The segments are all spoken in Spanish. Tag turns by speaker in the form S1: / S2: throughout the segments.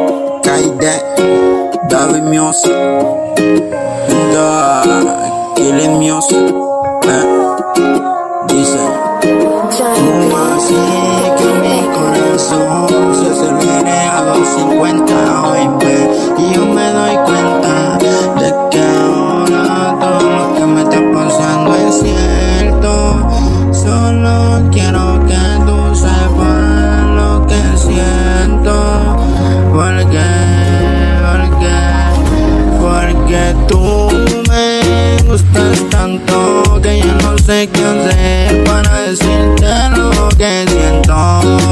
S1: like that. Dove music. Dog. Killing music. Eh. Dice. No así que mi corazón se acelere a 250 hoy, pues. Y yo me doy cuenta de que ahora todo lo que me está pasando es cierto. Solo quiero que tú sepas lo que siento. Porque, porque, porque tú me gustas tanto que yo no sé qué hacer para decirte lo que siento,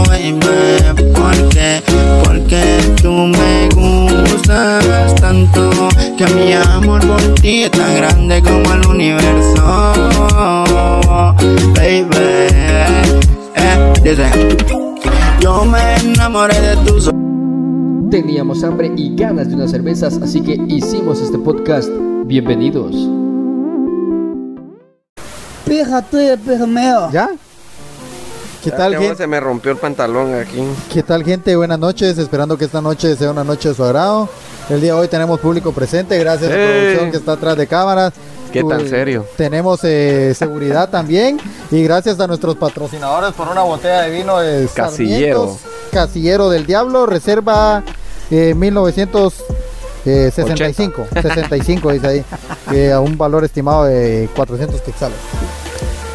S1: baby. Porque, porque tú me gustas tanto que mi amor por ti es tan grande como el universo, baby. Eh, dice, yo me enamoré de tus
S2: Teníamos hambre y ganas de unas cervezas, así que hicimos este podcast. Bienvenidos.
S3: Pija tuya, pija mío.
S4: ¿Ya? ¿Qué tal,
S5: Tengo-
S4: gente?
S5: Se me rompió el pantalón aquí.
S4: ¿Qué tal, gente? Buenas noches. Esperando que esta noche sea una noche de su agrado. El día de hoy tenemos público presente. Gracias a la
S5: ¡Ey!
S4: producción que está atrás de cámaras.
S5: ¿Qué
S4: Tu-
S5: tan serio?
S4: Tenemos eh, seguridad también. Y gracias a nuestros patrocinadores por una botella de vino de
S5: Casillero.
S4: Sarmientos, Casillero del Diablo. Reserva eh, 1965. 65 dice ahí. eh, a un valor estimado de 400 quetzales.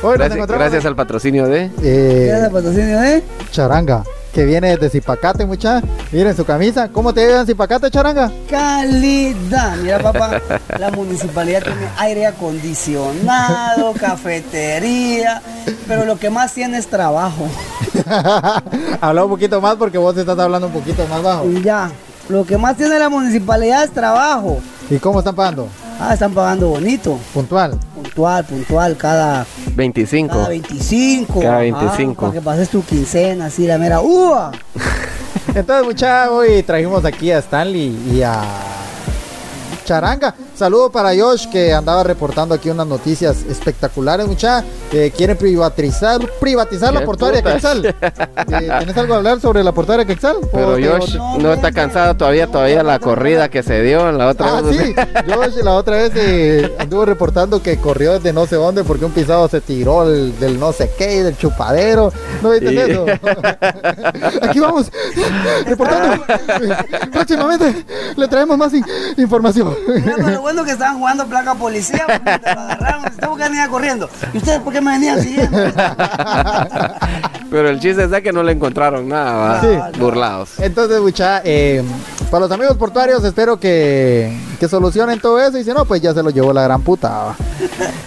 S4: Hoy nos
S5: Gracias,
S4: encontramos-
S5: gracias al patrocinio de.
S4: Eh,
S3: Gracias, patrocinio, ¿eh?
S4: Charanga, que viene desde Zipacate, mucha. Miren su camisa. ¿Cómo te llevan Zipacate, Charanga?
S3: Calidad. Mira, papá, la municipalidad tiene aire acondicionado, cafetería, pero lo que más tiene es trabajo.
S4: Habla un poquito más porque vos estás hablando un poquito más bajo.
S3: Y ya, lo que más tiene la municipalidad es trabajo.
S4: ¿Y cómo están pagando?
S3: Ah, están pagando bonito.
S4: Puntual.
S3: Puntual, puntual, cada,
S5: 25.
S4: Ah,
S3: cada 25.
S5: Cada
S3: ajá,
S5: 25.
S3: para que pases tu quincena, así la mera uva.
S4: Entonces, mucha, hoy trajimos aquí a Stanley y a Charanga. Saludo para Josh que andaba reportando aquí unas noticias espectaculares, mucha. Eh, quieren privatizar, privatizar la
S5: ¡Qué
S4: portuaria
S5: putas!
S4: Quexal. Eh, ¿Tienes algo que hablar sobre la portuaria Quexal?
S5: Pero
S4: ¿O te-
S5: Josh
S3: no,
S5: no está
S3: no,
S5: cansado todavía, todavía la corrida que se dio en la otra
S4: Ah,
S5: vez.
S4: sí. Yo la otra vez eh, anduvo reportando que corrió desde no sé dónde porque un pisado se tiró el- del no sé qué, y del chupadero. ¿No viste
S5: Y-
S4: eso? Aquí vamos, reportando. Próximamente le traemos más in- información.
S3: Mira, pero lo bueno que estaban jugando placa policía, porque te lo agarraron, ¿ustedes por qué venían corriendo? ¿Y ustedes por qué me venían siguiendo?
S5: Pero el chiste es de que no le encontraron nada, ¿va?
S4: Sí.
S5: burlados.
S4: Entonces, mucha, eh, para los amigos portuarios, espero que, que solucionen todo eso. Y si no, pues ya se lo llevó la gran puta.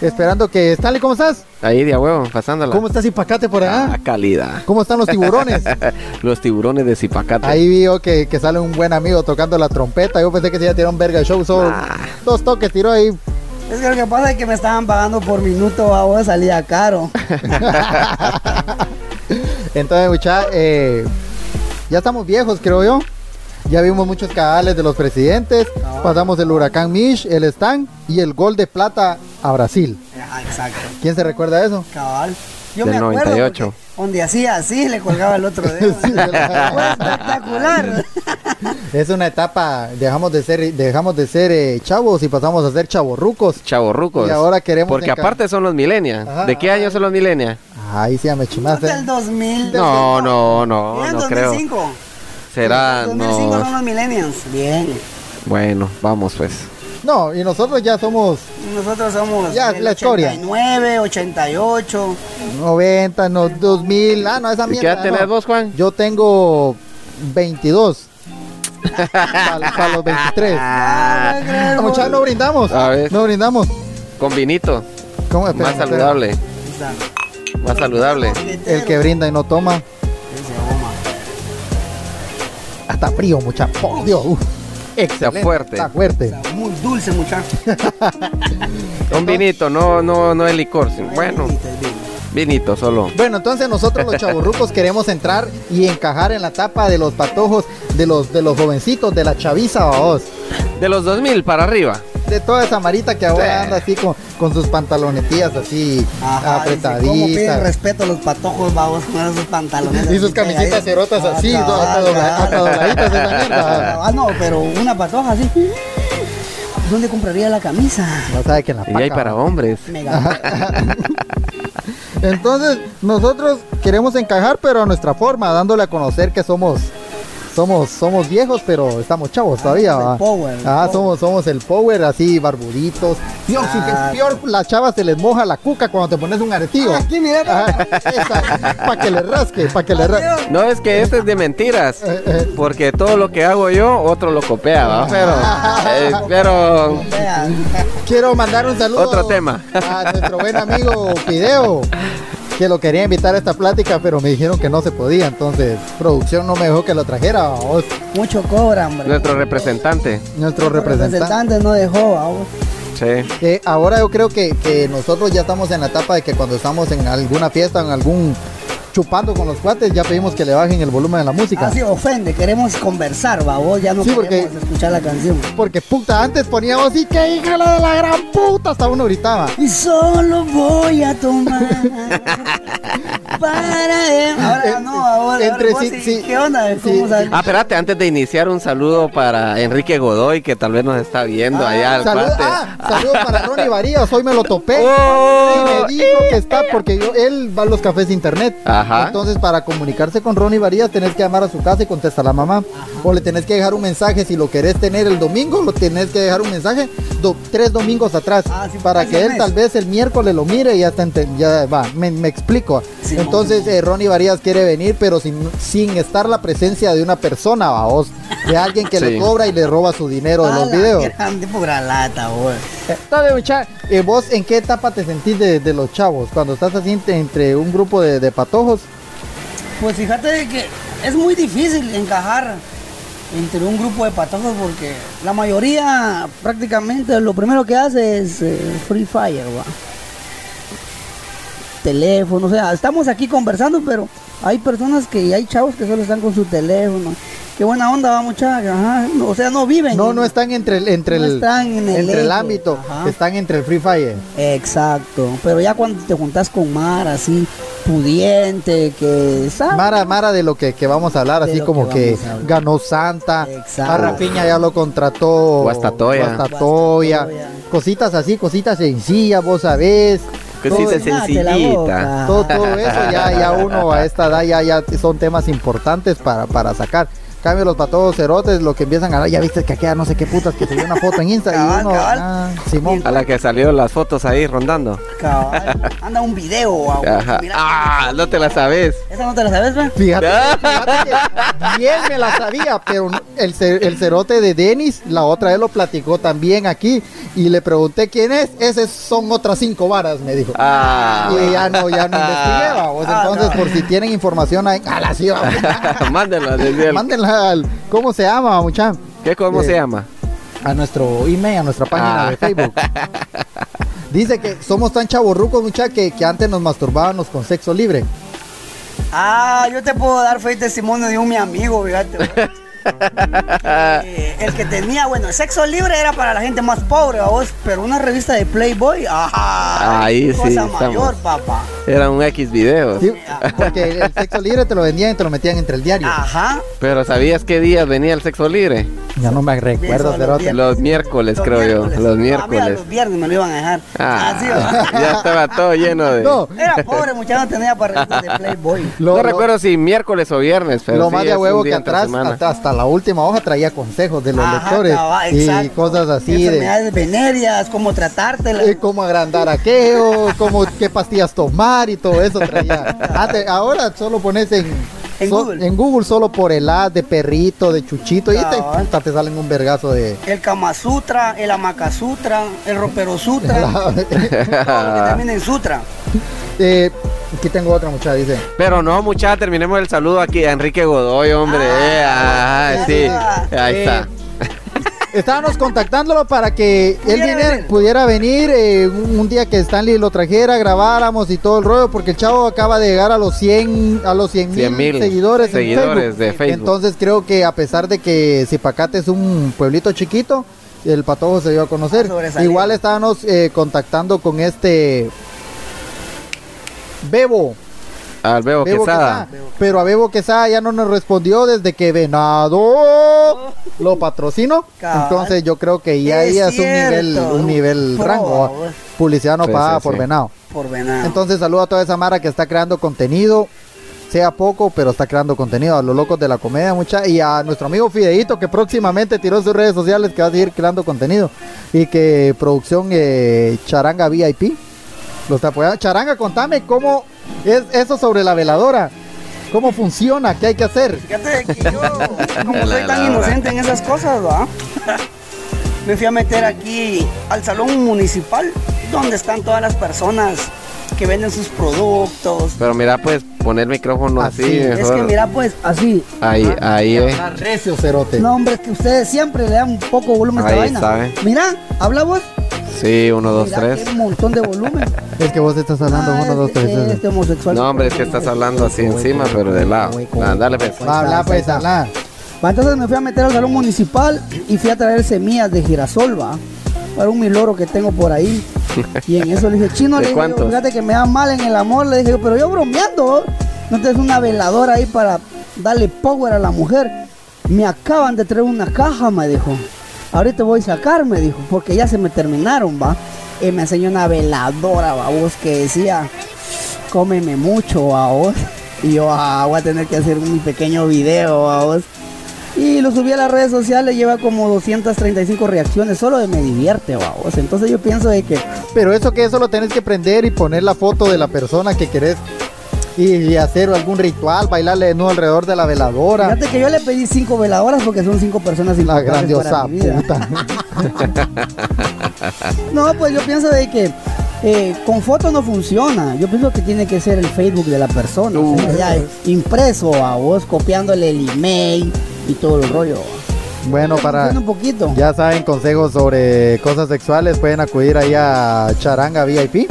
S4: Esperando que. Stanley, ¿cómo estás?
S5: Ahí de a huevo, pasándola.
S4: ¿Cómo estás, Ipacate, por
S5: Ah,
S4: allá?
S5: calidad.
S4: ¿Cómo están los tiburones?
S5: Los tiburones de Zipacate.
S4: Ahí vio que, que sale un buen amigo tocando la trompeta. Yo pensé que se iba a tirar un verga de show. Solo
S5: Ah.
S4: dos toques tiró ahí.
S3: Es que lo que pasa es que me estaban pagando por minuto, ahora salía caro.
S4: Entonces, mucha, eh, ya estamos viejos, creo yo. Ya vimos muchos cagales de los presidentes. Pasamos el huracán Mish, el Stan y el gol de plata a Brasil.
S3: Ajá, Ah, exacto,
S4: ¿Quién se recuerda de eso?
S3: cabal. Yo
S5: Del
S3: me acuerdo
S5: 98.
S3: porque donde hacía así, le colgaba el otro dedo.
S4: Sí, ¿verdad?
S3: Fue espectacular.
S4: Es una etapa, dejamos de ser, dejamos de ser eh, chavos y pasamos a ser chavorrucos.
S5: Chavorrucos.
S4: Y ahora queremos
S5: Porque
S4: enca-
S5: aparte son los
S4: Ajá.
S5: millennials. ¿De qué año son los millennials?
S4: Ahí sí ya me chimaste.
S3: Del 2000.
S5: No, no, no,
S3: Bien,
S5: no creo.
S3: 2005.
S5: Será,
S3: 2005 son
S5: no.
S3: los millennials. Bien.
S5: Bueno, vamos pues.
S4: No, y nosotros ya somos
S3: Nosotros somos
S4: Ya,
S3: del
S4: la escoria.
S3: 89, 88.
S4: 90, no, 2000, ah, no, esa
S5: ¿Y
S4: mierda.
S5: qué edad tenés
S4: no.
S5: vos, Juan?
S4: Yo tengo 22. Para los 23.
S3: Ah, no creo,
S4: Muchachos, no brindamos.
S5: A ver.
S4: No brindamos.
S5: Con vinito.
S4: ¿Cómo? Espera,
S5: Más
S4: espera.
S5: saludable.
S3: Exacto.
S5: Más saludable.
S4: El que brinda y no toma.
S3: Ese goma.
S4: Hasta frío, muchacho. Por Dios. uf.
S5: Está
S4: Excelente.
S5: fuerte.
S4: Está fuerte.
S3: Está Muy dulce, muchacho.
S5: Un vinito, no, no, no el licor. sino- Bueno, vinito solo.
S4: Bueno, entonces nosotros los chaburrucos queremos entrar y encajar en la tapa de los patojos, de los, de los jovencitos, de la chaviza, vos.
S5: De los 2000 para arriba.
S4: de toda esa marita que ahora anda así con, con sus pantalonetillas así
S3: Ajá, dice, ¿Cómo piden
S4: apretaditas.
S3: respeto a los patojos babos con esos pantalones?
S4: Y sus
S3: así que
S4: camisitas
S3: hay-
S4: cerotas
S3: Ah,
S4: así,
S3: cabal,
S4: hasta dobla-
S3: cabal.
S4: hasta dobladitas esa mierda.
S3: Ah, no, pero una patoja así. ¿Dónde compraría la camisa?
S4: No sabe que en la
S5: Y hay
S4: paca,
S5: para hombres.
S3: Mega.
S4: Entonces, nosotros queremos encajar, pero a nuestra forma, dándole a conocer que somos somos somos viejos, pero estamos chavos todavía. ¿va?
S3: Ah, somos el power, el
S4: ah,
S3: power.
S4: somos somos el power, así barbuditos. Dios, si
S3: Ah.
S4: es peor, la chava se les moja la cuca cuando te pones un aretillo.
S3: Aquí, mira.
S4: para que le rasque, para que le rasque.
S5: No, es que este es de mentiras.
S4: Eh,
S5: Porque todo lo que hago yo, otro lo copia, ¿va? Pero, eh, pero
S3: Vea,
S4: Quiero mandar un saludo
S5: Otro tema.
S4: a nuestro buen amigo Fideo, que lo quería invitar a esta plática, pero me dijeron que no se podía, entonces producción no me dejó que lo trajera. vamos.
S3: Mucho cobra, hombre.
S5: nuestro representante.
S4: Nuestro
S3: Nuestro
S4: representante.
S3: representante no dejó, babos.
S5: Sí.
S4: Eh, ahora yo creo que, que nosotros ya estamos en la etapa de que cuando estamos en alguna fiesta, en algún chupando con los cuates, ya pedimos que le bajen el volumen de la música.
S3: Así Ah, ofende, queremos conversar, babos. Ya no
S4: Sí, porque-
S3: queremos escuchar la canción.
S4: Porque puta, antes poníamos y que hija la de la gran puta, hasta uno gritaba.
S3: Y solo voy a tomar para él. Ahora no, ahora.
S4: Entre
S3: ahora vos
S4: sí-
S3: y-
S4: sí.
S3: ¿Qué onda? ¿Cómo
S4: Sí.
S3: sabes?
S5: Ah, espérate, antes de iniciar, un saludo para Enrique Godoy, que tal vez nos está viendo allá al
S4: Salud-
S5: cuate.
S4: ah, saludos para Ronnie Varías, hoy me lo topé.
S5: Oh,
S4: y me dijo que está porque yo, él va a los cafés de internet.
S5: Ajá.
S4: Entonces, para comunicarse con Ronnie Varías, tenés que llamar a su casa y contesta a la mamá. O le tenés que dejar un mensaje. Si lo querés tener el domingo, lo tenés que dejar un mensaje do- tres domingos atrás.
S3: Ah, sí,
S4: para
S3: así
S4: que él
S3: es.
S4: tal vez el miércoles lo mire y ya, está enten- ya va. Me, me explico.
S3: Sí,
S4: Entonces, eh, Ronnie Varías quiere venir, pero sin, sin estar la presencia de una persona, va, vos, De alguien que
S5: Sí.
S4: le cobra y le roba su dinero de
S3: A
S4: los
S3: la
S4: videos.
S3: Grande pura lata, güey.
S4: Dale, mucha. Eh, ¿Vos en qué etapa te sentís de, de los chavos? Cuando estás así entre, entre un grupo de, de patojos.
S3: Pues fíjate de que es muy difícil encajar entre un grupo de patojos porque la mayoría prácticamente lo primero que hace es eh, Free Fire, va. Teléfono, o sea, estamos aquí conversando, pero hay personas que hay chavos que solo están con su teléfono. Qué buena onda, va muchacha. ajá. No, o sea, no viven.
S4: No, no están entre el, entre
S3: No
S4: el,
S3: están en el
S4: entre el
S3: eco,
S4: ámbito.
S3: ajá.
S4: Están entre el Free Fire.
S3: Exacto, pero ya cuando te juntas con Mar, así, pudiente, que sabe.
S4: Mara, Mara de lo que, que vamos a hablar,
S3: Ah, De
S4: así
S3: lo
S4: como
S3: que
S4: que,
S3: vamos a hablar.
S4: ganó Santa,
S3: Exacto.
S4: a Rapiña ya lo contrató,
S5: Guastatoya.
S4: Guastatoya,
S3: Guastatoya.
S4: cositas así, cositas sencillas, vos sabés,
S5: Cosita
S3: Todo- Lávate la
S5: sencillita.
S3: boca.
S4: todo, todo eso, ya, ya uno a esta edad ya, ya son temas importantes para, para sacar. En Cambio los patos cerotes, lo que empiezan a hablar, ya viste que aquella no sé qué putas que subió una foto en Insta
S3: Cabal,
S4: y uno,
S3: cabal.
S4: ah, Simón.
S5: A la que salieron las fotos ahí rondando.
S3: Cabal. Anda un video, guau.
S5: Ajá.
S3: Mira,
S5: Ah, no te la sabes.
S3: Esa no te la sabes, ¿verdad?
S4: Fíjate, fíjate que bien me la sabía, pero el, ce- el cerote de Denis, la otra vez lo platicó también aquí y le pregunté quién es, esas son otras cinco varas, me dijo.
S5: Ah.
S4: Y ya no, ya no investigué, vamos.
S3: Ah,
S4: Entonces,
S3: no.
S4: por si tienen información ahí, a la sí, vamos.
S5: Mándenla, Daniel.
S4: mándenla al, ¿cómo se llama, mucha?
S5: ¿Qué, ¿Cómo
S4: Eh,
S5: se llama?
S4: A nuestro email, a nuestra página
S5: Ah.
S4: de Facebook. Dice que somos tan chavorrucos, mucha, que, que antes nos masturbábamos con sexo libre.
S3: Ah, yo te puedo dar fe y testimonio de un mi amigo, fíjate. ¿verdad? Eh, el que tenía, bueno, el sexo libre era para la gente más pobre, vos, pero una revista de Playboy, ajá.
S5: Ahí
S3: qué
S5: sí,
S3: Cosa
S5: estamos.
S3: mayor, papá.
S5: Era un X video.
S4: Sí, porque el, el sexo libre te lo vendían y te lo metían entre el diario.
S3: Ajá.
S5: Pero ¿sabías qué días venía el sexo libre?
S4: Ya no me recuerdo,
S3: Bien,
S4: pero
S3: bien.
S5: Los miércoles, creo yo. Los
S3: Ah, mira,
S5: miércoles.
S3: los viernes me lo iban a dejar.
S5: Ah,
S3: Así, ¿verdad?
S5: ya estaba todo lleno de.
S4: No,
S3: Era pobre, muchacho, no tenía para revistas de Playboy.
S4: lo,
S5: no
S4: lo-
S5: recuerdo si miércoles o viernes, pero
S4: lo
S5: sí
S4: más
S5: es
S4: de
S5: un
S4: huevo que
S5: día entre
S4: atrás,
S5: semana.
S4: hasta, hasta la última hoja traía consejos de los
S3: Ajá,
S4: lectores
S3: cabal,
S4: y
S3: exacto.
S4: cosas así de
S3: Enfermedades venerias, cómo tratártelas.
S4: eh, cómo agrandar aquello, cómo qué pastillas tomar y todo eso traía. Antes- ahora solo pones en
S3: En
S4: so-
S3: Google.
S4: en Google solo por el ad de perrito, de chuchito y te,
S3: Cabal.
S4: puta, te salen un vergazo de
S3: El Kama Sutra, el Amaka Sutra, el Ropero Sutra, todo lo que termina en Sutra.
S4: Eh, aquí tengo otra muchacha dice.
S5: Pero no, muchachos, terminemos el saludo aquí a Enrique Godoy, hombre. eh,
S3: Ah,
S5: ajá,
S3: ya
S5: sí.
S3: está.
S5: Ahí
S4: Eh,
S5: está.
S4: Estábamos contactándolo para que él
S3: Pudiera
S4: viniera-
S3: venir.
S4: pudiera venir eh, un un día que Stanley lo trajera, grabáramos y todo el rollo, porque el chavo acaba de llegar a los 100 a los 100
S5: 100
S4: mil
S5: mil
S4: seguidores, en
S5: seguidores de Facebook.
S4: Entonces creo que a pesar de que Zipacate es un pueblito chiquito, el patojo se dio a conocer.
S3: Sobresalido.
S4: Igual estábamos eh, contactando con este Bebo.
S5: Ah, Al Bebo
S4: Bebo
S5: Quesada.
S4: Quesada. Pero a Bebo Quesada ya no nos respondió desde que Venado lo patrocinó.
S3: Cabal.
S4: Entonces yo creo que ya ahí
S3: Es
S4: es un nivel,
S3: cierto.
S4: un nivel
S3: Pro,
S4: rango. ¿va?
S3: vos.
S4: Publicidad no
S5: Sí,
S4: pagada
S5: sí,
S4: por
S5: sí.
S4: Venado.
S3: Por venado.
S4: Entonces saludo a toda esa Mara que está creando contenido. Sea poco, pero está creando contenido. A los locos de la comedia, mucha. Y a nuestro amigo Fideito, que próximamente tiró en sus redes sociales, que va a seguir creando contenido. Y que producción eh, Charanga VIP lo está apoyando. Charanga, contame cómo es eso sobre la veladora. ¿Cómo funciona? ¿Qué hay que hacer?
S3: Fíjate que yo, como soy
S5: La
S3: tan
S5: labra.
S3: inocente en esas cosas, ¿va? Me fui a meter aquí al salón municipal, donde están todas las personas que venden sus productos.
S5: Pero mira, pues, poner micrófono así,
S4: Así.
S5: mejor.
S3: Es que mira, ah, pues, así.
S5: Ahí, ahí, eh.
S4: Recio cerote.
S3: No, hombre, es que ustedes siempre le dan un poco de volumen a esta
S5: Ahí
S3: vaina.
S5: está, eh.
S3: Mira, habla vos.
S5: Sí, uno, dos,
S3: Mira,
S5: tres.
S3: qué montón de volumen.
S4: Es que vos estás hablando
S3: Ah,
S4: uno, dos,
S3: este-
S4: tres. eh.
S3: Este homosexual. Este,
S5: No, hombre, es que estás hablando así encima, pero de lado. Ah, dale, pues.
S4: Va, habla, pues, habla.
S3: Va, Entonces me fui a meter al salón municipal y fui a traer semillas de girasol, va, para un miloro que tengo por ahí. Y en eso le dije, chino,
S5: ¿De
S3: le dije, yo,
S5: cuántos?
S3: fíjate que me da mal en el amor, le dije yo, pero yo bromeando, no te es una veladora ahí para darle power a la mujer. Me acaban de traer una caja, me dijo. Ahorita voy a sacar, me dijo, porque ya se me terminaron, va. Y me enseñó una veladora, va, vos que decía, cómeme mucho a vos. Y yo ah, voy a tener que hacer un pequeño video a vos. Y lo subí a las redes sociales, lleva como 235 reacciones, solo de me divierte, vamos. Entonces yo pienso de que
S4: Pero eso que eso lo tenés que prender y poner la foto de la persona que querés y, y hacer algún ritual, bailarle de nuevo alrededor de la veladora.
S3: Fíjate que yo le pedí cinco veladoras porque son cinco personas
S4: La
S3: importantes
S4: grandiosa
S3: para mi vida.
S4: puta.
S3: No, pues yo pienso de que eh, con fotos no funciona. Yo pienso que tiene que ser el Facebook de la persona. o sea, ya, eh, impreso a vos, copiándole el email y todo el rollo.
S4: Bueno, para
S3: Funciona un poquito.
S4: ya saben consejos sobre cosas sexuales, pueden acudir ahí a Charanga VIP.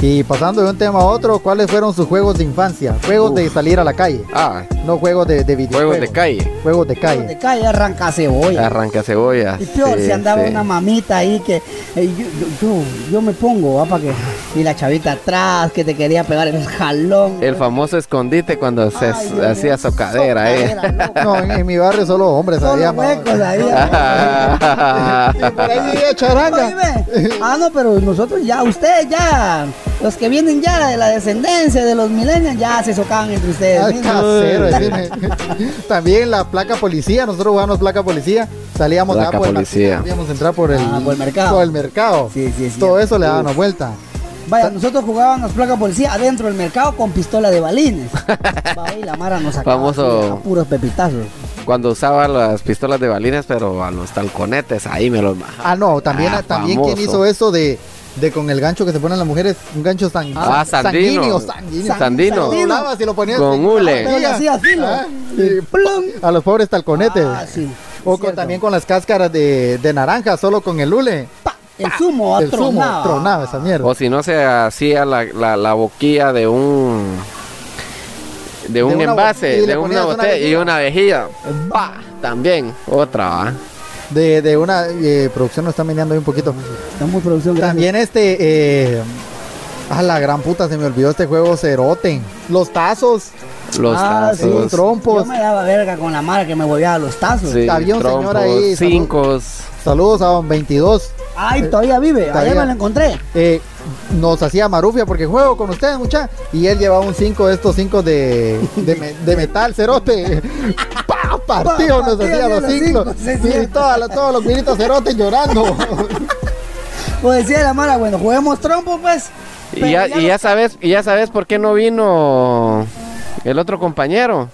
S4: Y pasando de un tema a otro, ¿cuáles fueron sus juegos de infancia? Juegos de salir a la calle,
S5: Ah,
S4: no juegos de, de videojuegos.
S5: juegos de calle.
S4: Juegos de
S3: De
S4: calle.
S3: calle arranca cebolla.
S5: Arranca cebolla.
S3: Y peor,
S5: Sí,
S3: si andaba
S5: sí.
S3: una mamita ahí que eh, yo, yo, yo- yo me pongo, va, para que. Y la chavita atrás, que te quería pegar el jalón.
S5: El famoso escondite cuando se
S3: Ay, Dios mío,
S5: hacía socadera, eh.
S3: socadera, loco.
S4: No, en, en mi barrio solo hombres
S3: Solo
S4: había. ma.
S3: huecos había.
S4: Y por ahí
S5: Ah,
S4: vivía Charanga.
S3: Oíme. Ah, no, pero nosotros ya, ustedes ya, los que vienen ya de la descendencia de los millennials, ya se socaban entre ustedes.
S4: Al
S3: mismos.
S4: Ah, casero, decime. También la placa policía, nosotros jugábamos placa policía, salíamos
S5: Placa
S4: ah, por el
S5: policía.
S4: Martín, podíamos entrar por el,
S3: Ah, por el mercado.
S4: por el mercado.
S3: Sí, sí, sí.
S4: Todo eso le daban una vuelta.
S3: Vaya, nosotros jugábamos placa policía adentro del mercado con pistola de balines. Va, y la Mara nos sacaba
S5: Famoso.
S3: así a puros pepitazos.
S5: Cuando usaba las pistolas de balines, pero a los talconetes, ahí me los majaba.
S4: Ah, no, también,
S5: Ah,
S4: también
S5: famoso.
S4: quien hizo eso de, de con el gancho que se ponen las mujeres, un gancho sang-
S5: Ah,
S4: sanguíneo,
S5: Sandino.
S4: sanguíneo.
S5: Sandino.
S4: Lo doblabas y lo ponías
S5: Con
S4: en-
S5: hule.
S4: en la
S3: Pero le hacía
S4: barriga.
S3: así, ¿no?
S4: Ah, y
S3: Plum.
S4: a los pobres talconetes.
S3: Ah, sí.
S4: o con-
S3: cierto.
S4: también con las cáscaras de, de naranja, solo con el hule.
S3: Pa, El zumo,
S4: El zumo,
S3: tronaba.
S4: tronaba esa mierda.
S5: O si no se hacía la, la, la boquilla de un de un
S4: una boquilla
S5: envase,
S4: y le
S5: de una
S4: ponías una
S5: botella y
S4: vejiga.
S5: una vejilla. Pa, también otra, ¿va?
S4: De, de una eh, producción nos está meneando ahí un poquito.
S3: Estamos producción grande.
S4: También este eh, a la gran puta se me olvidó este juego cerote. Los tazos.
S5: Los
S4: Ah, sí,
S5: tazos.
S4: trompos.
S3: Yo me daba verga con la Mara que me volvía a los tazos.
S5: sí,
S4: había un señor
S5: trompos,
S4: ahí,
S5: Cinco.
S4: Saludos a Don 22.
S3: Ay, todavía vive.
S4: Eh, todavía.
S3: Ayer me lo encontré.
S4: Eh, nos hacía marufia porque juego con ustedes, mucha. Y él llevaba un 5 de estos 5 de, de, me- de metal, cerote. ¡Pa! Partido
S3: Pa,
S4: nos
S3: partido
S4: hacía
S3: de
S4: los
S3: los
S4: 5.
S3: cinco, sí, es
S4: Y
S3: cierto.
S4: todas las- todos los minitos cerotes llorando.
S3: Pues decía la Mara, bueno, juguemos trompo, pues. Pero
S5: Y ya,
S3: ya
S5: y
S3: no-
S5: ya sabes, y ya sabes por qué no vino el otro compañero.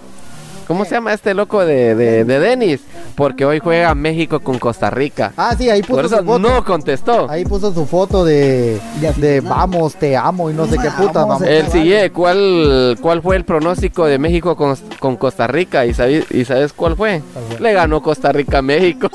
S5: ¿Cómo se llama este loco de, de, de Denis? Porque hoy juega México con Costa Rica.
S4: Ah, sí, ahí puso
S5: Por eso
S4: su foto.
S5: no contestó.
S4: Ahí puso su foto de,
S3: De
S4: de
S3: aficionado.
S4: vamos, te amo y no sé qué puta,
S3: Vamos,
S4: vamos.
S3: eh.
S5: El siguiente, ¿cuál, ¿cuál fue el pronóstico de México con, con Costa Rica? ¿Y, sabi- ¿Y sabes cuál fue? Le ganó Costa Rica a México.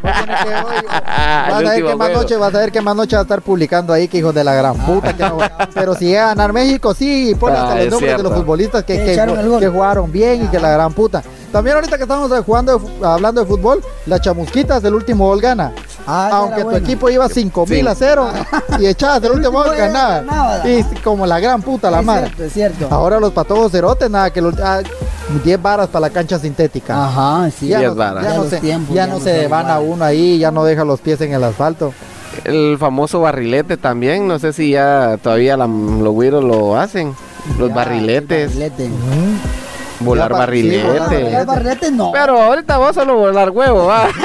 S4: Vas a
S5: El
S4: ver
S5: último
S4: que más
S5: juego.
S4: noche, vas a ver que más noche va a estar publicando ahí que hijos de la gran puta. que no- pero si llega a ganar México, sí, pon
S5: Ah,
S4: hasta los
S5: es
S4: nombres de
S5: cierto.
S4: los futbolistas que,
S3: Que
S4: que-
S3: echaron el gol.
S4: que jugaron bien y que la gran puta. También ahorita que estamos jugando de fu- hablando de fútbol, la chamusquita es el último gol gana.
S3: Ah, esa
S4: Aunque
S3: era
S4: tu
S3: buena.
S4: equipo iba 5 mil a cero y echabas el último gol
S3: último gol ganaba,
S4: ganaba.
S3: la
S4: Y como la gran puta la
S3: es
S4: madre.
S3: cierto, es cierto.
S4: Ahora los patojos cerotes, nada, que los, ah, 10 varas para la cancha sintética.
S3: Ajá, sí.
S5: Ya.
S4: no-
S5: 10 varas.
S4: Ya,
S3: Ya
S4: no
S3: los
S4: se, ya
S3: tiempos, ya
S4: no
S3: no
S4: se
S3: son
S4: van a
S3: iguales.
S4: uno ahí, ya no deja los pies en el asfalto.
S5: El famoso barrilete también, no sé si ya todavía la- los güiros lo hacen. Los
S3: Ya,
S5: barriletes,
S3: el barrilete.
S5: volar
S4: Ya pa- sí,
S5: barrilete.
S4: volar
S3: No, el barrilete no.
S5: Pero ahorita vos solo volar huevo, va.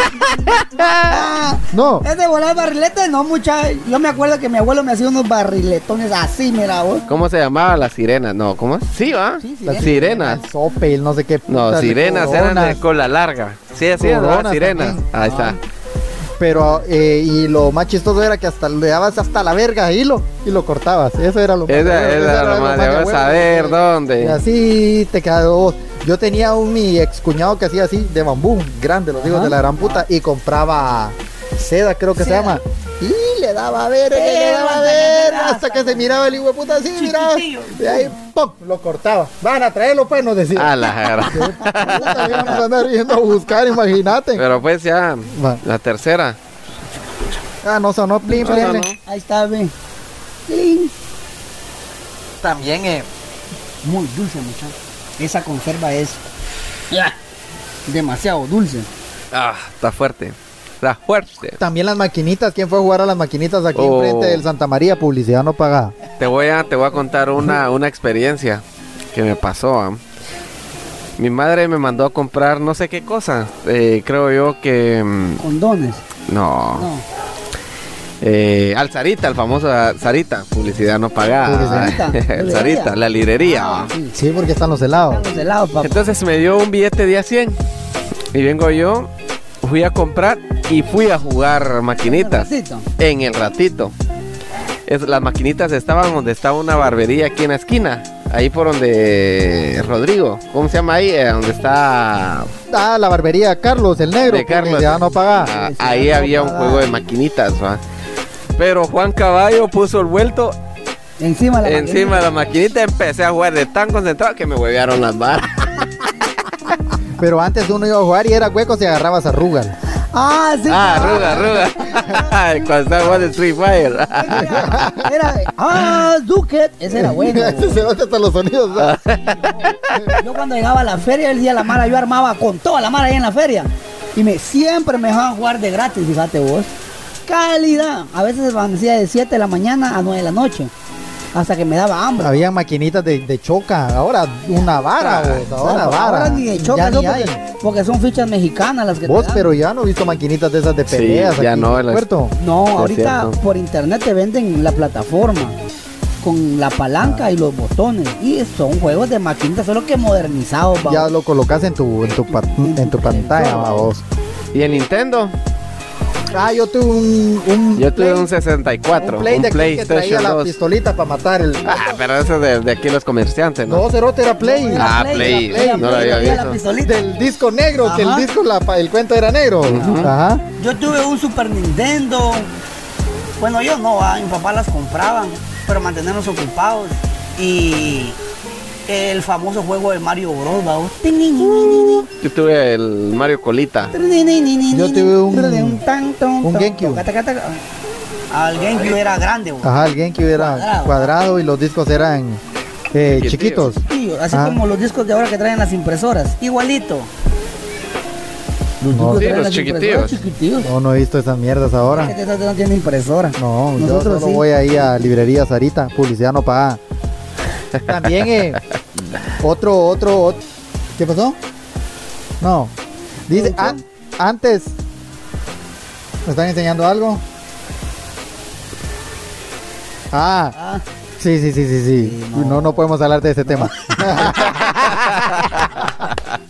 S3: Ah,
S4: No,
S3: es de volar barrilete, no mucha. Yo me acuerdo que mi abuelo me hacía unos barriletones así, mira vos.
S5: ¿Cómo se llamaba la sirena? No, ¿cómo? es? Sí, va.
S3: Sí, sí,
S5: Las
S3: es.
S5: sirenas.
S4: Sopel, no sé qué.
S5: No,
S4: putas,
S5: sirenas eran
S4: coronas.
S5: de cola larga. Sí, así es,
S4: Coronas
S5: ¿verdad? sirenas.
S4: también. Ah.
S5: Ahí está.
S4: Pero, eh, y lo más chistoso era que hasta le dabas hasta la verga a hilo y lo cortabas. Eso era lo más de
S5: Esa
S4: huevo,
S5: es
S4: eso
S5: la
S4: era lo más de
S5: madre, vamos
S4: huevo.
S5: a ver
S4: Y
S5: dónde.
S4: así te quedó. Yo tenía un mi excuñado que hacía así de bambú, grande, los hijos
S3: Ajá.
S4: de la gran puta, y compraba seda, creo que
S3: Seda.
S4: se llama. Y le daba verga, le daba verga, hasta que se miraba el hijo de puta así, miraba. Y ahí, ¡pum! Lo cortaba. Van a traerlo, pues, nos decía.
S5: A la gran-
S4: Puta, íbamos a andar yendo a buscar, imagínate.
S5: Pero pues ya,
S4: Va.
S5: la tercera.
S4: Ah, no sonó plin,
S5: No,
S4: plin,
S5: no,
S4: plin.
S5: no.
S3: Ahí está, ve. Cling.
S6: También, eh,
S3: Muy dulce, muchacho. Esa conserva es. ya, Demasiado dulce.
S5: Ah, está fuerte. Está fuerte.
S4: También las maquinitas, ¿quién fue a jugar a las maquinitas aquí
S5: Oh.
S4: enfrente del Santa María? Publicidad no pagada.
S5: Te voy a, te voy a contar una, una experiencia que me pasó. ah. Mi madre me mandó a comprar no sé qué cosa. Eh, creo yo que... mm,
S3: Condones.
S5: No.
S3: No.
S5: Eh, al Sarita, el famoso Sarita, publicidad no pagada.
S3: Publicidad. Ah.
S5: el Sarita, la librería. va.
S3: Sí.
S4: Sí, porque están los helados.
S3: Estamos helados, papá.
S5: Entonces me dio un billete de a 100 y vengo yo, fui a comprar y fui a jugar maquinitas
S3: Racito.
S5: en el ratito. Es- las maquinitas estaban donde estaba una barbería aquí en la esquina, ahí por donde Rodrigo, ¿cómo se llama ahí? Eh, donde está
S4: Ah, la barbería Carlos, el negro.
S5: de Carlos.
S4: Publicidad no pagada.
S5: Ah, ahí había un juego de maquinitas, ¿va? Pero Juan Caballo puso el vuelto
S3: Encima la
S5: Encima de la maquinita empecé a jugar de tan concentrado que me huevearon las varas.
S4: Pero antes uno iba a jugar y era hueco si agarrabas arrugas.
S3: Ah, sí.
S5: Ah,
S3: papá.
S5: arruga, arruga. Cuando estaba jugando Street Fighter.
S3: Era, era- ah, Duque, ese era bueno.
S4: Ese se nota hasta los sonidos. ¿no?
S5: Ah.
S3: Yo cuando llegaba a la feria el día de la mara, yo armaba con toda la mara ahí en la feria. Y me, siempre me dejaban jugar de gratis, fíjate vos. Calidad. A veces me hacía de 7 de la mañana a 9 de la noche. Hasta que me daba hambre.
S4: Había maquinitas de, de choca. Ahora una
S5: Ah,
S4: vara, vos. pues, Ahora
S3: Ahora
S4: vara.
S3: ni de choque,
S4: ya
S3: no,
S4: ni hay.
S3: porque, porque son fichas mexicanas las que te
S4: Vos,
S3: dan.
S4: pero ya no he visto maquinitas de esas de
S5: Sí,
S4: peleas.
S5: ya
S4: aquí
S5: no,
S4: en
S5: las-
S4: Puerto.
S3: No,
S5: Por
S3: ahorita
S5: cierto.
S3: por internet te venden la plataforma con la
S4: Ah.
S3: palanca y los botones. Y son juegos de maquinita, solo que modernizados. vamos.
S4: Ya lo colocas en tu, en tu, par- en tu pantalla, va, vos.
S5: ¿Y el Nintendo?
S4: Ah, yo tuve un. un
S5: Yo tuve
S4: Play-
S5: un 64,
S4: un
S5: un,
S4: play de aquel que traía
S5: PlayStation
S4: la
S5: 2.
S4: pistolita para matar el.
S5: Ah, pero eso de, de aquí los comerciantes, ¿no?
S4: No, Cerote era play.
S3: Era
S5: Ah, Play,
S3: era
S5: no lo
S3: Play,
S5: había
S3: La
S5: visto.
S3: pistolita.
S4: Del disco negro, que el
S3: Ajá.
S4: disco, la, pa- el cuento era negro. Ajá.
S3: Yo tuve un Super Nintendo. Bueno, yo no, ah, mi papá las compraban para mantenernos ocupados. Y el famoso juego de Mario Bros. ¿vamos?
S5: Yo tuve el Mario Colita.
S4: Yo tuve un- un GameCube.
S3: Al Ah, GameCube era grande, vos.
S4: Ajá, alguien que hubiera
S3: Cuadrado.
S4: cuadrado y los discos eran eh,
S5: Chiquitillos.
S4: chiquitos.
S3: Tío, así
S4: Ah.
S3: como los discos de ahora que traen las impresoras, igualito.
S4: No,
S3: Los
S5: sí,
S3: traen
S5: los
S3: las
S5: chiquitillos.
S3: impresoras, chiquitillos.
S4: no, no he visto esas mierdas
S3: Que
S4: ahora.
S3: te- te- no tiene impresora.
S4: No, yo
S3: Nosotros
S4: solo
S3: sí.
S4: voy ahí a librería Sarita, publicidad no pagada. También, eh, otro, otro, ot- ¿Qué pasó? No. Dice, an- antes. ¿Me están enseñando algo? Ah,
S3: Ah,
S4: Sí, sí, sí, sí, sí. No, no, podemos hablar de este tema.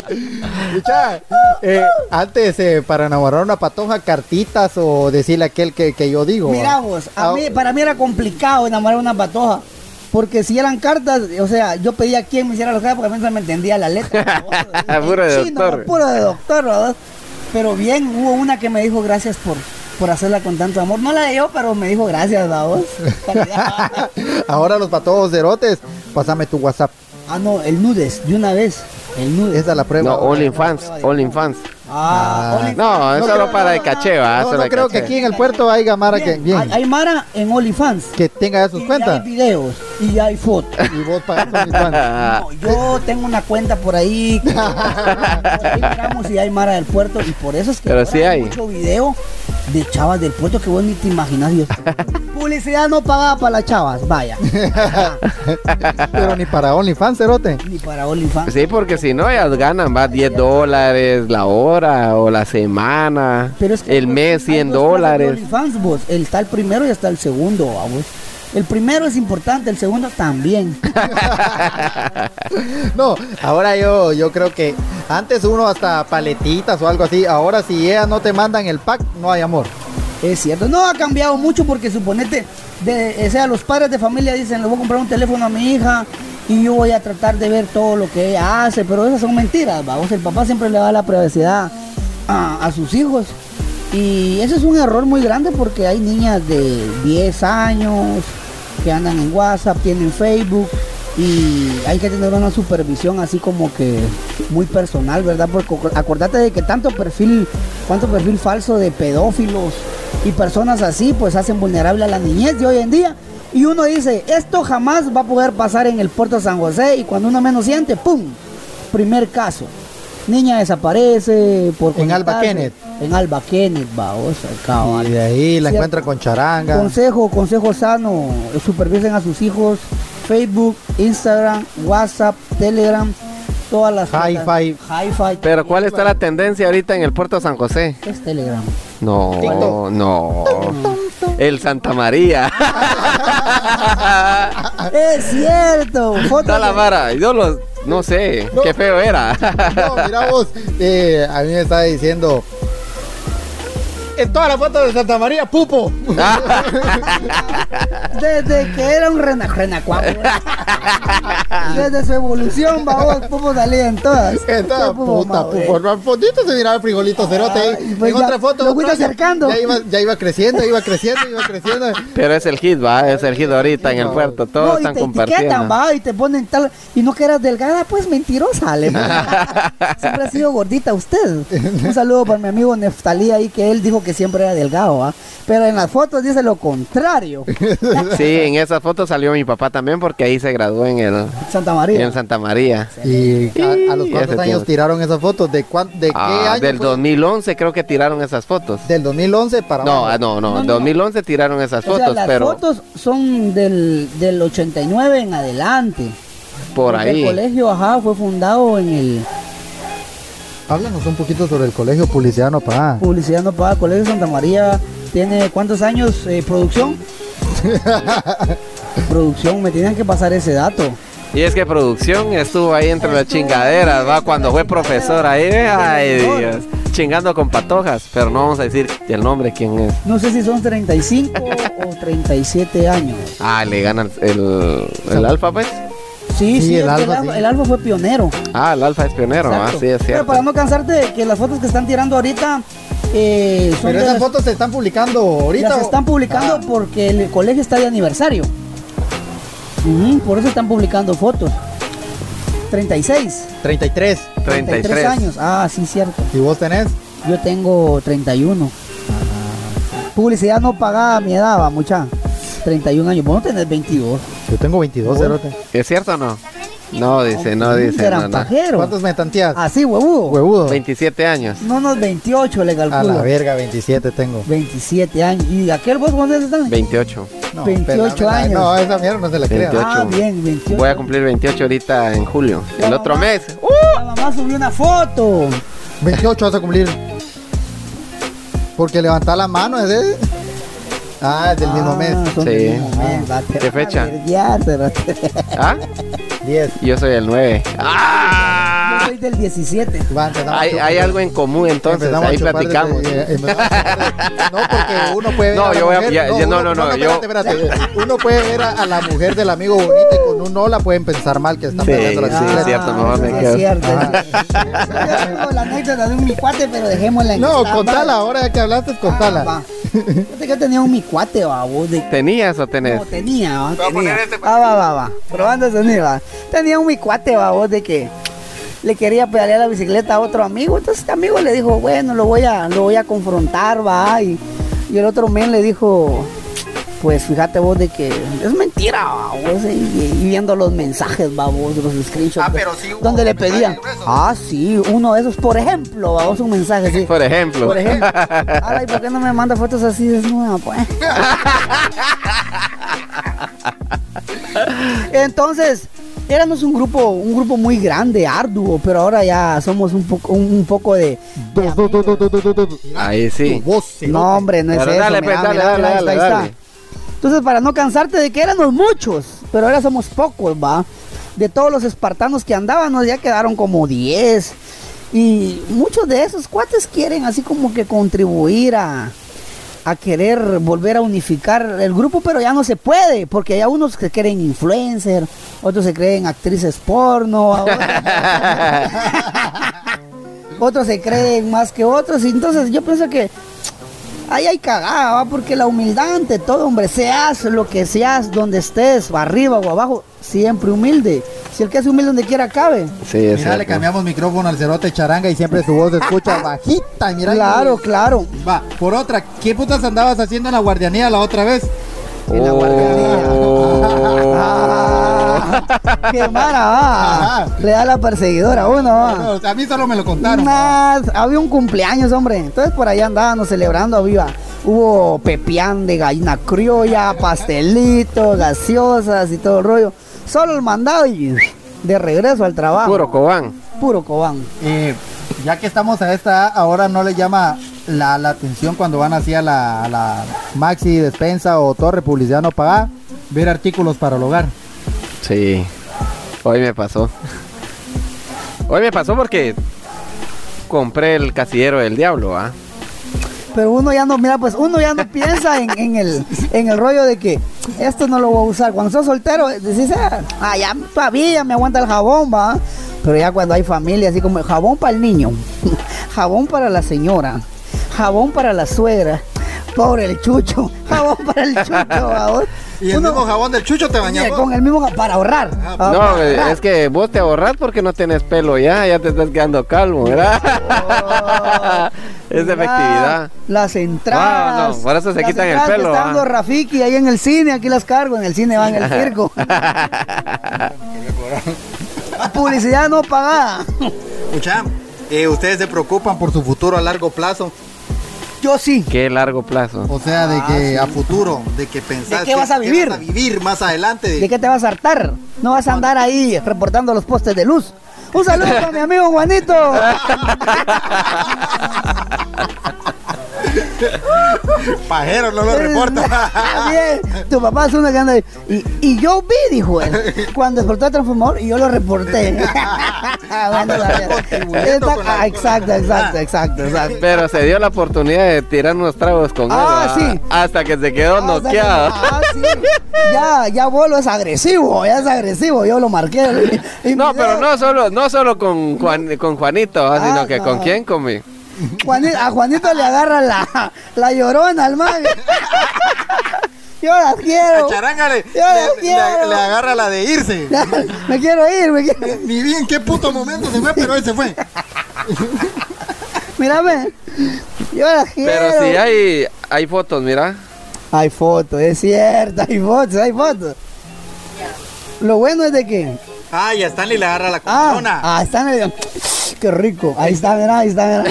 S4: Escucha, eh, antes, eh, para enamorar una patoja, cartitas o decirle aquel que, que yo digo.
S3: mira
S4: ¿va?
S3: vos, a
S4: Ah,
S3: mí- para mí era complicado enamorar una patoja. Porque si eran cartas, o sea, yo pedía a quien me hiciera las cartas porque a mí no se me entendía la letra. En
S5: Puro de
S3: chino,
S5: doctor.
S3: Puro de doctor, ¿verdad? Pero bien, hubo una que me dijo gracias por, por hacerla con tanto amor. No la leyó, pero me dijo gracias, ¿verdad vos.
S4: Ahora los patojos cerotes, pásame tu WhatsApp.
S3: Ah, no, el nudes, de una vez. El nudes.
S4: Esa es la prueba.
S5: No, OnlyFans, OnlyFans.
S4: Ah,
S3: Only-
S5: No, es
S4: No
S5: solo
S4: creo-
S5: para de caché, va.
S4: no,
S5: solo
S4: no
S5: de
S4: creo que
S5: caché.
S4: aquí en el puerto haya Mara que,
S3: Miren,
S4: bien,
S3: Hay, hay Mara en OnlyFans.
S4: que tenga sus
S3: Y
S4: cuentas.
S3: hay videos y hay fotos.
S4: Y vos pagas con mis manos.
S5: Ah,
S3: No, yo tengo una cuenta por ahí. que- por ahí miramos si hay Mara del Puerto y por eso es que
S5: Pero
S3: ahora
S5: sí hay.
S3: mucho video de chavas del puerto que vos ni te imaginas, Dios. Publicidad no pagada para las chavas, vaya.
S4: Pero ni para OnlyFans, cerote.
S3: Ni para OnlyFans.
S5: sí, porque si no, ellas ganan, va 10 dólares la hora o la semana,
S3: Pero es que
S5: el
S4: pues,
S3: vos,
S5: mes
S3: hay
S5: 100
S3: dos clases de
S5: dólares.
S3: OnlyFans, vos. El, está el primero y está el segundo, a vos. El primero es importante, el segundo también.
S4: No, ahora yo, yo creo que antes uno hasta paletitas o algo así. Ahora si ellas no te mandan el pack, no hay amor.
S3: Es cierto, no ha cambiado mucho porque suponete, de, o sea, los padres de familia dicen, le voy a comprar un teléfono a mi hija y yo voy a tratar de ver todo lo que ella hace, pero esas son mentiras, vamos, el papá siempre le da la privacidad a, a sus hijos y eso es un error muy grande porque hay niñas de 10 años que andan en WhatsApp, tienen Facebook y hay que tener una supervisión así como que muy personal, ¿verdad? Porque acu- acordate de que tanto perfil, cuánto perfil falso de pedófilos y personas así pues hacen vulnerable a la niñez de hoy en día. Y uno dice, esto jamás va a poder pasar en el puerto de San José y cuando uno menos siente, ¡pum! Primer caso. Niña desaparece por
S4: En Alba
S3: conectarse.
S4: Kenneth.
S3: En Alba Kenneth, va, o sea,
S5: Ah,
S3: cabal.
S4: Y de ahí la
S3: Cierto.
S4: encuentra con charanga.
S3: Consejo, consejo sano, supervisen a sus hijos, Facebook, Instagram, WhatsApp, Telegram, todas las
S4: Hi-Fi.
S3: Hi-Fi.
S5: Pero ¿cuál está la tendencia ahorita en el puerto San José?
S3: Es Telegram.
S5: No,
S4: TikTok.
S5: no. El Santa María.
S3: Ah, Es cierto.
S5: Está
S3: Fotos
S5: la
S3: de-
S5: vara. Yo los, no sé,
S4: No.
S5: qué feo era.
S4: No, mira vos, eh, a mí me estaba diciendo. En toda la foto de Santa María, pupo.
S3: Desde que era un rena, renacuajo. Desde su evolución, vamos, pupo salía en todas.
S4: Esta
S3: Qué pupo,
S4: puta,
S3: ma,
S4: pupo. En fondito se miraba el frijolito cerote. ahí.
S3: Ay, pues
S4: en
S3: ya,
S4: otra foto.
S3: lo
S4: otro
S3: fuiste
S4: año,
S3: acercando.
S4: Ya iba, ya iba creciendo, iba creciendo, iba creciendo.
S5: Pero es el hit, va, es el hit ahorita en el puerto, todos
S3: No, y
S5: están
S3: te etiquetan,
S5: compartiendo.
S3: va, y te ponen tal. Y no que eras delgada, pues mentirosa, le Siempre ha sido gordita usted. Un saludo para mi amigo Neftalí ahí, que él dijo que siempre era delgado, ¿va? Pero en las fotos dice lo contrario.
S5: Sí, en esa foto salió mi papá también porque ahí se graduó en el
S3: Santa
S5: en
S3: María.
S5: el Santa María.
S4: Y a, a los
S5: Sí,
S4: cuántos
S5: ese
S4: años
S5: tiempo.
S4: tiraron esas fotos, de cuán, de qué
S5: Ah,
S4: año.
S5: del
S4: fue?
S5: 2011 creo que tiraron esas fotos.
S4: Del 2011 para
S5: No,
S4: abajo.
S5: ah, no,
S3: No,
S5: no,
S3: no,
S5: en
S3: no.
S5: 2011 tiraron esas
S3: o sea,
S5: fotos,
S3: las
S5: pero
S3: fotos son del, del 89 en adelante.
S5: por
S3: Porque El
S5: ahí.
S3: colegio, ajá, fue fundado en el
S4: Háblanos un poquito sobre el colegio publiciano, pa.
S3: Publicidad No Paga Colegio Santa María. ¿Tiene cuántos años eh, producción? producción, me tienen que pasar ese dato.
S5: Y es que producción estuvo ahí entre las chingaderas, va, cuando fue profesor ahí, ve, ay Dios, chingando con patojas, pero no vamos a decir el nombre quién es.
S3: No sé si son 35 o 37 años.
S5: Ah, le gana el, el, el alfa pues.
S3: Sí, sí,
S4: Sí, el
S3: es que
S4: Alfa, sí.
S3: el Alfa fue pionero.
S5: Ah, el alfa es pionero, ah,
S3: Exacto.
S5: sí, es
S3: Pero
S5: cierto.
S3: para no cansarte, que las fotos que están tirando ahorita eh, son
S4: Pero
S3: de
S4: esas
S3: las-
S4: fotos se están publicando ahorita.
S3: las
S4: o- Ah.
S3: están publicando porque el colegio está de aniversario. Ujú, por eso están publicando fotos. 36,
S4: Ah, 33.
S5: 33.
S3: 33 años. Ah, sí, cierto.
S4: ¿Y vos tenés?
S3: Yo tengo 31. Publicidad no pagada a mi edad, va, mucha. 31 años. Vos no tenés 22.
S4: Yo tengo 22, cerote.
S5: ¿Es cierto o no? No, dice, no, dice,
S3: Serán
S5: no, no.
S3: pajero.
S4: ¿Cuántos me tanteas?
S3: Así, Ah, huevudo.
S4: Huevudo.
S5: 27 años.
S3: No, no, 28 le
S4: A la
S3: calculo.
S4: verga, 27 tengo.
S3: 27 años. ¿Y aquel vos cuántos años están?
S5: 28.
S4: No,
S3: 28
S4: pelamela,
S3: años.
S4: No, esa mierda no se la crea.
S5: 28.
S3: Ah, bien, 28.
S5: Voy a cumplir 28 ahorita en julio. El otro mes. ¡Uh!
S3: La mamá subió una foto.
S4: 28 vas a cumplir. Porque levantar la mano es de... Ah, es del mismo mes.
S3: Ah, son
S5: Sí.
S3: del mismo mes, va, te
S5: ¿Qué
S3: van a
S5: fecha?
S3: verguear, cerote.
S5: ¿Ah?
S4: 10.
S5: Yo soy el 9.
S3: Yo
S5: ¡Ah!
S3: soy del 17.
S4: Va, empezamos
S5: Hay,
S4: a chupar.
S5: hay algo en común entonces,
S4: Empezamos a
S5: ahí
S4: chupar
S5: platicamos.
S4: desde- eh, empezamos a chupar desde- no, porque uno puede ver
S5: No,
S4: a la
S5: yo voy a-
S4: mujer-
S5: ya- ya- no,
S4: uno-
S5: no, no,
S4: espérate, espérate. Uno puede ver a, a la mujer del amigo bonita y con un hola pueden pensar mal que están
S5: Sí,
S4: peleando la
S5: sí, es
S4: bicicleta.
S5: cierto, mejor me
S3: sí,
S5: quedo.
S3: Ah, Es cierto. Yo tengo la anécdota de un mi cuate, pero dejémosla en
S4: No,
S3: stand-by.
S4: contala, ahora que hablaste,
S3: Ah,
S4: contala.
S3: va. Fíjate que yo tenía un mi cuate, babo, de
S5: ¿Tenías o tenés?
S3: No, tenía,
S6: este
S3: va, tenía. Ah, va, va, va. Probando sonido, va. Tenía un micuate, va, vos, de que le quería pedalear la bicicleta a otro amigo. Entonces este amigo le dijo, bueno, lo voy a, lo voy a confrontar, va. Y, y el otro men le dijo, pues fíjate vos de que es mentira, va, vos, y, y viendo los mensajes, va, vos, los screenshots.
S6: Ah,
S3: de-
S6: pero sí hubo
S3: Donde le
S6: mensajes
S3: pedían,
S6: gruesos.
S3: ah, sí, uno de esos, por ejemplo, va, vos, un mensaje así.
S5: Por ejemplo.
S3: Por ejemplo. Ala, ¿y por qué no me manda fotos así desnuda, pues? Entonces, éramos un grupo, un grupo muy grande, arduo, pero ahora ya somos un poco, un, un poco de.
S4: Dos, dos, dos, dos, dos, dos, dos, dos.
S5: Ahí sí.
S4: Tu voz, cerote.
S3: No, hombre, no es
S5: Pero
S3: eso.
S5: dale,
S3: mirá,
S5: pues, dale,
S3: mirá,
S5: dale,
S3: mirá, ahí
S5: dale,
S3: está, ahí
S5: dale.
S3: está. Entonces, para no cansarte de que éramos muchos, pero ahora somos pocos, va. De todos los espartanos que andábamos, ya quedaron como 10. Y muchos de esos cuates quieren así como que contribuir a, a querer volver a unificar el grupo, pero ya no se puede, porque hay unos que creen influencer, otros se creen actrices porno, a otros- otros se creen más que otros, y entonces yo pienso que ahí hay cagada, ¿va? porque la humildad ante todo, hombre, seas lo que seas, donde estés, arriba o abajo, siempre humilde. Si el que es humilde donde quiera cabe.
S5: Sí, es
S4: Mira, le
S5: cierto.
S4: cambiamos micrófono al cerote charanga y siempre su voz se escucha bajita. y Mira,
S3: Claro, claro.
S4: Va, por otra, ¿qué putas andabas haciendo en la guardianía la otra vez? En la
S5: Oh.
S3: Ah, Qué mara, va.
S4: Ajá.
S3: Le da la perseguidora a uno, va.
S4: No, a mí solo me lo contaron.
S3: Nah, había un cumpleaños, hombre. Entonces por allá andábamos celebrando viva. Hubo pepián de gallina criolla, pastelitos, gaseosas y todo el rollo. Solo el mandado y de regreso al trabajo.
S5: Puro Cobán.
S3: Puro cobán.
S4: Eh, ya que estamos a esta, ahora no le llama la, la atención cuando van así a la, a la Maxi Despensa o Torre Publicidad No Pagada, ver artículos para el hogar.
S5: Sí. Hoy me pasó. Hoy me pasó porque compré el casillero del diablo, ¿ah?
S3: Pero uno ya no, mira, pues uno ya no piensa en, en el, en el rollo de que esto no lo voy a usar. Cuando sos soltero, decís, ah, ah, ya todavía me aguanta el jabón, va. Pero ya cuando hay familia, así como jabón para el niño, jabón para la señora, jabón para la suegra, pobre el chucho, jabón para el chucho, ¿va vos? Uno-
S4: jabón del chucho te
S3: Sí, con el mismo ja- para ahorrar. Ah, para
S5: No, eh,
S3: ahorrar.
S5: es que vos te ahorrás porque no tenés pelo ya, ya te estás quedando calvo,
S3: Oh,
S5: ¿verdad? es de
S3: Mirá,
S5: efectividad.
S3: Las entradas.
S5: No, no, por eso se
S3: las
S5: quitan el
S3: entradas que
S5: pelo,
S3: Está
S5: ah.
S3: dando Rafiki ahí en el cine, aquí las cargo, en el cine van el circo. Publicidad no pagada.
S4: Escucha, eh, ustedes se preocupan por su futuro a largo plazo. Ah,
S3: Yo sí.
S5: Qué largo plazo.
S4: O sea, de que a futuro, de que pensás
S3: ¿De qué vas a vivir?
S4: vas a vivir más adelante.
S3: ¿De qué te vas a hartar? No vas a andar ahí reportando los postes de luz. Un saludo para mi amigo Juanito.
S4: Pajero no lo
S3: Está
S4: reporta.
S3: bien. Tu papá es uno que anda ahí. Y, y yo vi, dijo él, cuando explotó el transformador y yo lo reporté. Bueno, está bien.
S4: contribuyendo
S3: Está-
S4: con la-
S3: ah, exacto, exacto, exacto, exacto.
S5: Pero se dio la oportunidad de tirar unos tragos con
S3: Ah,
S5: él.
S3: sí.
S5: Hasta que se quedó
S3: Ah, o sea que-
S5: noqueado.
S3: ah, sí. Ya, ya Bolo es agresivo, ya es agresivo, yo lo marqué. en- en
S5: No, pero
S3: video.
S5: no solo, no solo con, Juan- con Juanito, ah,
S3: Ah,
S5: sino que con
S3: no.
S5: quién comí.
S3: Juani- a Juanito le agarra la, la llorona al man. Yo la quiero.
S4: Charanga le,
S3: Yo la
S4: le- le-
S3: quiero.
S4: le agarra la de irse.
S3: Me quiero ir, me quiero.
S4: Ni bien qué puto momento se fue, pero él se fue.
S3: Mírame. Yo la quiero.
S5: Pero sí hay, hay fotos, mira.
S3: Hay fotos, es cierto, hay fotos, hay fotos. Lo bueno es de que.
S4: Ah, y a Stanley le agarra la
S3: Ah,
S4: corona.
S3: ah está en el. Qué rico. Ahí está, mira, ahí está, mira.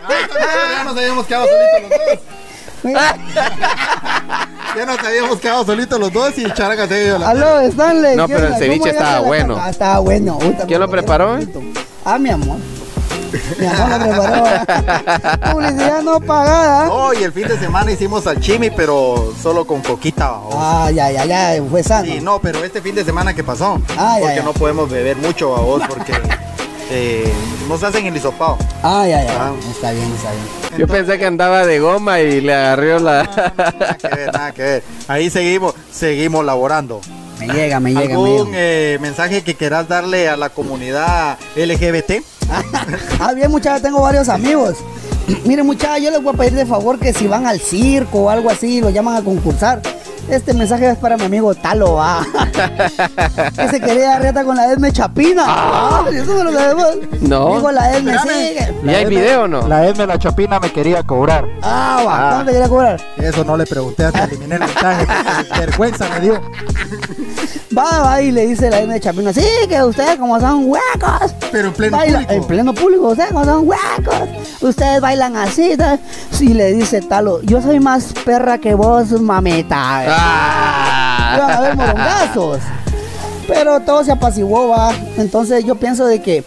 S4: Ya nos habíamos quedado solitos los dos.
S3: Mira.
S4: Ya nos habíamos quedado solitos los dos y Charanga se dio la.
S3: Aló, Stanley.
S5: No,
S3: ¿qué
S5: pero el
S3: onda?
S5: ceviche
S3: ¿Cómo
S5: estaba
S3: llegaste a la
S5: bueno.
S3: casa? Ah, estaba bueno. Puta,
S5: ¿Quién
S3: me
S5: lo preparó,
S3: dieron poquito. Ah, mi amor. Mi amor lo preparó. Publicidad no pagada.
S4: Oh, y el fin de semana hicimos salchimi, pero solo con coquita. babos.
S3: Ah, ya, ya, ya, fue sano.
S4: Sí, no, pero este fin de semana que pasó.
S3: Ah, ya,
S4: porque
S3: ya.
S4: no podemos beber mucho, babos, porque eh, nos hacen el hisopado.
S3: Ah, ya, ya.
S4: Ah.
S3: Está bien, está bien.
S5: Yo pensé que andaba de goma y le agarró la...
S4: Nada que ver, nada que ver. Ahí seguimos, seguimos laborando.
S3: Me llega, me llega, me
S4: ¿Algún
S3: llega.
S4: eh, mensaje que quieras darle a la comunidad LGBT?
S3: Ah, bien, muchachos, tengo varios amigos. Miren, muchachos, yo les voy a pedir de favor que si van al circo o algo así, lo llaman a concursar, Este mensaje es para mi amigo Talo, va. que se quería dar reta con la Edme Chapina. Ah, eso no lo sabemos.
S5: No.
S3: Digo, la Edme sigue.
S5: ¿Y hay video o no?
S4: La Edme la Chapina me quería cobrar.
S3: Ah, va. ¿Cuánto te quería cobrar?
S4: Eso no le pregunté hasta eliminé el mensaje. Vergüenza me dio.
S3: Va, va, y le dice la Edme Chapina. Sí, que ustedes como son huecos.
S4: Pero en pleno
S3: Baila-
S4: público.
S3: En pleno público, ustedes como son huecos. Ustedes bailan así. tal. Y le dice Talo, yo soy más perra que vos, mameta.
S4: Ah.
S5: Ah.
S3: iban a haber morongazos. Pero todo se apaciguó, va. Entonces yo pienso de que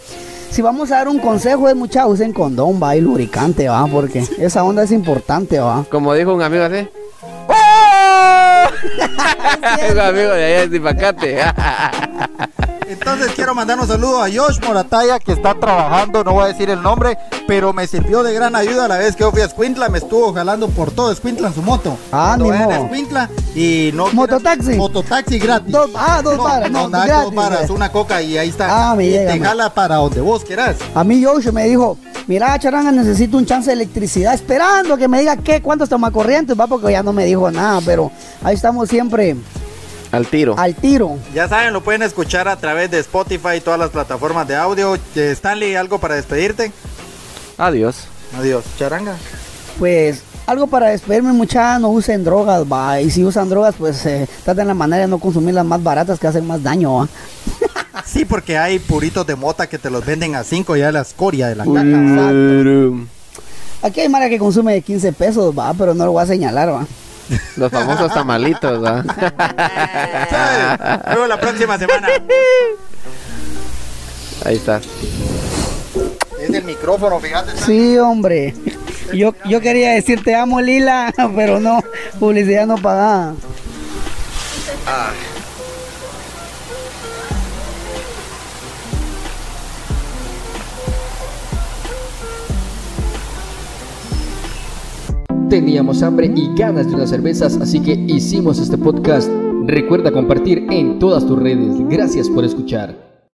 S3: si vamos a dar un consejo es mucha usen condón, va, y lubricante, va, porque esa onda es importante, va.
S5: Como dijo un amigo así. ¡Oh! un amigo de allá de Zipacate.
S4: Entonces quiero mandar un saludo a Josh Morataya que está trabajando, no voy a decir el nombre, pero me sirvió de gran ayuda la vez que yo fui a Escuintla, me estuvo jalando por todo Escuintla en su moto.
S3: Ah,
S4: Cuando
S3: ni
S4: vayan a
S3: modo.
S4: Escuintla y no
S3: ¿Mototaxi?
S4: Mototaxi gratis.
S3: Dos- ah, dos
S4: no,
S3: varas,
S4: No,
S3: dos
S4: nada,
S3: gratis,
S4: dos varas,
S3: eh.
S4: una coca y ahí está.
S3: Ah, me
S4: Y
S3: llega,
S4: te
S3: me.
S4: jala para donde vos querás.
S3: A mí Yoshi me dijo, mira, charanga, necesito un chance de electricidad, esperando que me diga qué, cuántos tomacorrientes, va, porque ya no me dijo nada, pero ahí estamos siempre
S5: Al tiro.
S3: al tiro.
S4: Ya saben, lo pueden escuchar a través de Spotify y todas las plataformas de audio. Eh, Stanley, algo para despedirte.
S5: Adiós.
S4: Adiós, charanga.
S3: Pues algo para despedirme, muchachos, no usen drogas, va. Y si usan drogas, pues eh, traten la manera de no consumir las más baratas que hacen más daño, va.
S4: Sí, porque hay puritos de mota que te los venden a 5 ya la escoria de la caca.
S5: Ururum.
S3: Aquí hay Mara que consume de 15 pesos, va, pero no lo voy a señalar, va.
S5: Los famosos tamalitos, ¿ah? ¿va?
S4: Nos vemos la próxima semana.
S5: Ahí está.
S4: Es el micrófono, fíjate.
S3: Sí, hombre. Yo, yo quería decir te amo, Lila, pero no, publicidad no pagada.
S2: Teníamos hambre y ganas de unas cervezas, así que hicimos este podcast. Recuerda compartir en todas tus redes. Gracias por escuchar.